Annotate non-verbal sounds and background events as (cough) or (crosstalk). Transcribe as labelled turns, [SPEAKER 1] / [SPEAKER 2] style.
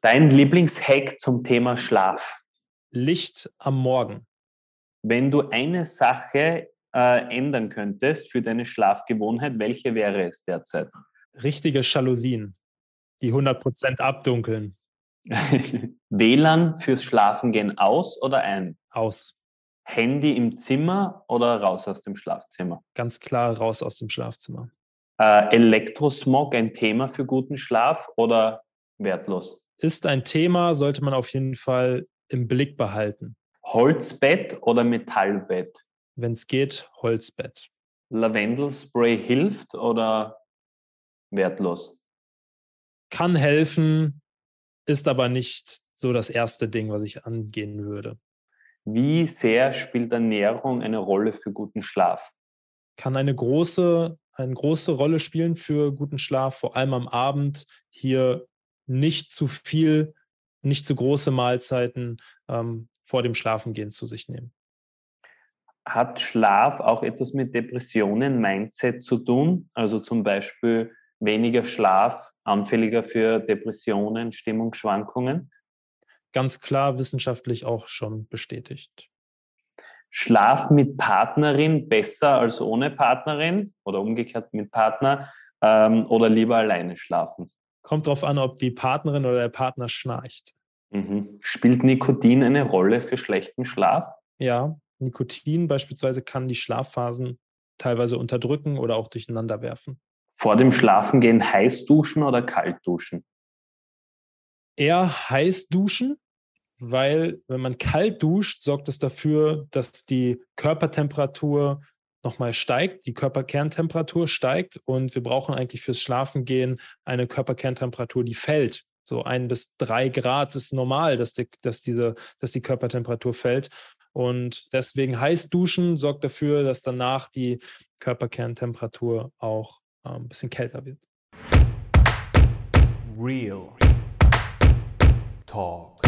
[SPEAKER 1] Dein Lieblingshack zum Thema Schlaf.
[SPEAKER 2] Licht am Morgen.
[SPEAKER 1] Wenn du eine Sache äh, ändern könntest für deine Schlafgewohnheit, welche wäre es derzeit? (laughs)
[SPEAKER 2] Richtige Jalousien, die 100% abdunkeln.
[SPEAKER 1] WLAN fürs Schlafen gehen aus oder ein?
[SPEAKER 2] Aus.
[SPEAKER 1] Handy im Zimmer oder raus aus dem Schlafzimmer?
[SPEAKER 2] Ganz klar raus aus dem Schlafzimmer.
[SPEAKER 1] Äh, Elektrosmog ein Thema für guten Schlaf oder wertlos?
[SPEAKER 2] Ist ein Thema, sollte man auf jeden Fall im Blick behalten.
[SPEAKER 1] Holzbett oder Metallbett?
[SPEAKER 2] Wenn es geht, Holzbett.
[SPEAKER 1] Lavendelspray hilft oder wertlos?
[SPEAKER 2] Kann helfen, ist aber nicht so das erste Ding, was ich angehen würde.
[SPEAKER 1] Wie sehr spielt Ernährung eine Rolle für guten Schlaf?
[SPEAKER 2] Kann eine große, eine große Rolle spielen für guten Schlaf, vor allem am Abend. Hier nicht zu viel, nicht zu große Mahlzeiten ähm, vor dem Schlafengehen zu sich nehmen.
[SPEAKER 1] Hat Schlaf auch etwas mit Depressionen, Mindset zu tun? Also zum Beispiel weniger Schlaf, anfälliger für Depressionen, Stimmungsschwankungen?
[SPEAKER 2] ganz klar wissenschaftlich auch schon bestätigt.
[SPEAKER 1] Schlaf mit Partnerin besser als ohne Partnerin oder umgekehrt mit Partner ähm, oder lieber alleine schlafen?
[SPEAKER 2] Kommt darauf an, ob die Partnerin oder der Partner schnarcht.
[SPEAKER 1] Mhm. Spielt Nikotin eine Rolle für schlechten Schlaf?
[SPEAKER 2] Ja, Nikotin beispielsweise kann die Schlafphasen teilweise unterdrücken oder auch durcheinander werfen.
[SPEAKER 1] Vor dem Schlafengehen heiß duschen oder kalt duschen?
[SPEAKER 2] eher heiß duschen, weil wenn man kalt duscht, sorgt es dafür, dass die Körpertemperatur nochmal steigt, die Körperkerntemperatur steigt und wir brauchen eigentlich fürs Schlafengehen eine Körperkerntemperatur, die fällt. So ein bis drei Grad ist normal, dass die, dass diese, dass die Körpertemperatur fällt. Und deswegen heiß duschen sorgt dafür, dass danach die Körperkerntemperatur auch ein bisschen kälter wird.
[SPEAKER 3] Real. Talk.